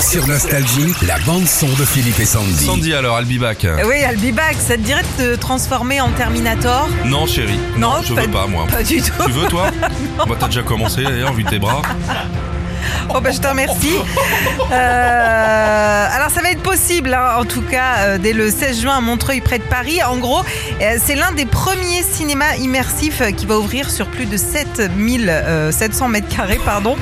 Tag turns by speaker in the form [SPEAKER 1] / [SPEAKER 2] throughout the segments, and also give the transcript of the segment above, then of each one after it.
[SPEAKER 1] Sur Nostalgie, la bande-son de Philippe et Sandy.
[SPEAKER 2] Sandy alors, I'll be back.
[SPEAKER 3] Oui, I'll be back. Ça te dirait de te transformer en Terminator
[SPEAKER 2] Non chérie, non,
[SPEAKER 3] Non,
[SPEAKER 2] je
[SPEAKER 3] pas-
[SPEAKER 2] veux pas moi.
[SPEAKER 3] Pas du tout.
[SPEAKER 2] Tu veux toi Bah t'as déjà commencé d'ailleurs, vu tes bras.
[SPEAKER 3] Oh, bah, je te remercie. Euh, alors, ça va être possible, hein, en tout cas, euh, dès le 16 juin à Montreuil, près de Paris. En gros, euh, c'est l'un des premiers cinémas immersifs euh, qui va ouvrir sur plus de 7000, euh, 700 mètres carrés. Pardon.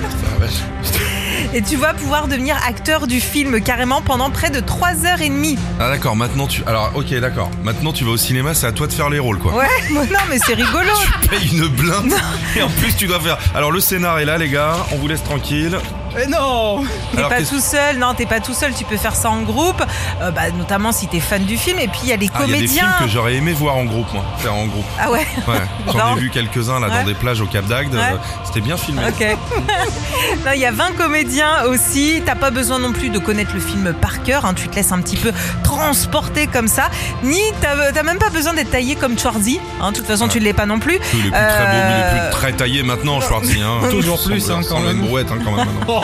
[SPEAKER 3] Et tu vas pouvoir devenir acteur du film carrément pendant près de 3h30.
[SPEAKER 2] Ah d'accord, maintenant tu... Alors ok d'accord, maintenant tu vas au cinéma, c'est à toi de faire les rôles quoi.
[SPEAKER 3] Ouais, non, mais c'est rigolo.
[SPEAKER 2] Paye une blinde et en plus tu dois faire... Alors le scénar est là les gars, on vous laisse tranquille.
[SPEAKER 4] Mais non
[SPEAKER 3] T'es
[SPEAKER 2] Alors,
[SPEAKER 3] pas
[SPEAKER 2] qu'est-ce-
[SPEAKER 3] tout seul, non, t'es pas tout seul, tu peux faire ça en groupe, euh, bah, notamment si t'es fan du film, et puis il y a les
[SPEAKER 2] Ah, Il y a des films
[SPEAKER 3] comédiens.
[SPEAKER 2] que j'aurais aimé voir en groupe moi, faire en groupe.
[SPEAKER 3] Ah ouais,
[SPEAKER 2] Ouais, j'en
[SPEAKER 3] Non.
[SPEAKER 2] ai vu quelques-uns là
[SPEAKER 3] Ouais.
[SPEAKER 2] dans des plages au Cap d'Agde,
[SPEAKER 3] Ouais.
[SPEAKER 2] Euh, c'était bien filmé.
[SPEAKER 3] ok. Non, Il y a 20 comédiens aussi, t'as pas besoin non plus de connaître le film par cœur, hein, tu te laisses un petit peu transporter comme ça, ni t'as t'as même pas besoin d'être taillé comme Schwarzy, hein, de toute façon tu ne l'es pas non plus.
[SPEAKER 2] Il est plus très beau, mais il est plus très taillé maintenant, Schwarzy. hein.
[SPEAKER 4] Toujours plus,
[SPEAKER 2] Semble-
[SPEAKER 4] hein, quand
[SPEAKER 2] semble
[SPEAKER 4] même.
[SPEAKER 2] une brouette, hein, quand même. maintenant.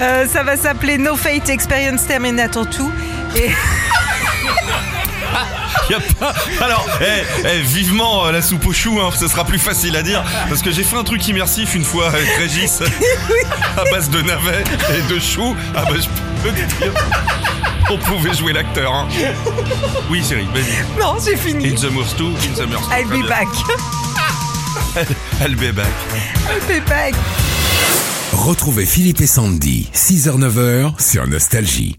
[SPEAKER 3] Euh, ça va s'appeler No Fate Experience Terminator 2. Et...
[SPEAKER 2] Y a pas- Alors, eh, eh, vivement euh, la soupe aux choux, hein, ce sera plus facile à dire. Parce que j'ai fait un truc immersif une fois avec Régis, à base de navets et de choux. Ah bah, je peux te dire, on pouvait jouer l'acteur. hein. Oui, Chérie, vas-y.
[SPEAKER 3] Non, j'ai fini.
[SPEAKER 2] In the Moors 2, In the Moors 2. très
[SPEAKER 3] I'll be
[SPEAKER 2] bien.
[SPEAKER 3] back.
[SPEAKER 2] I'll be back.
[SPEAKER 3] I'll be back.
[SPEAKER 1] Retrouvez Philippe et Sandy, 6h-9h sur Nostalgie.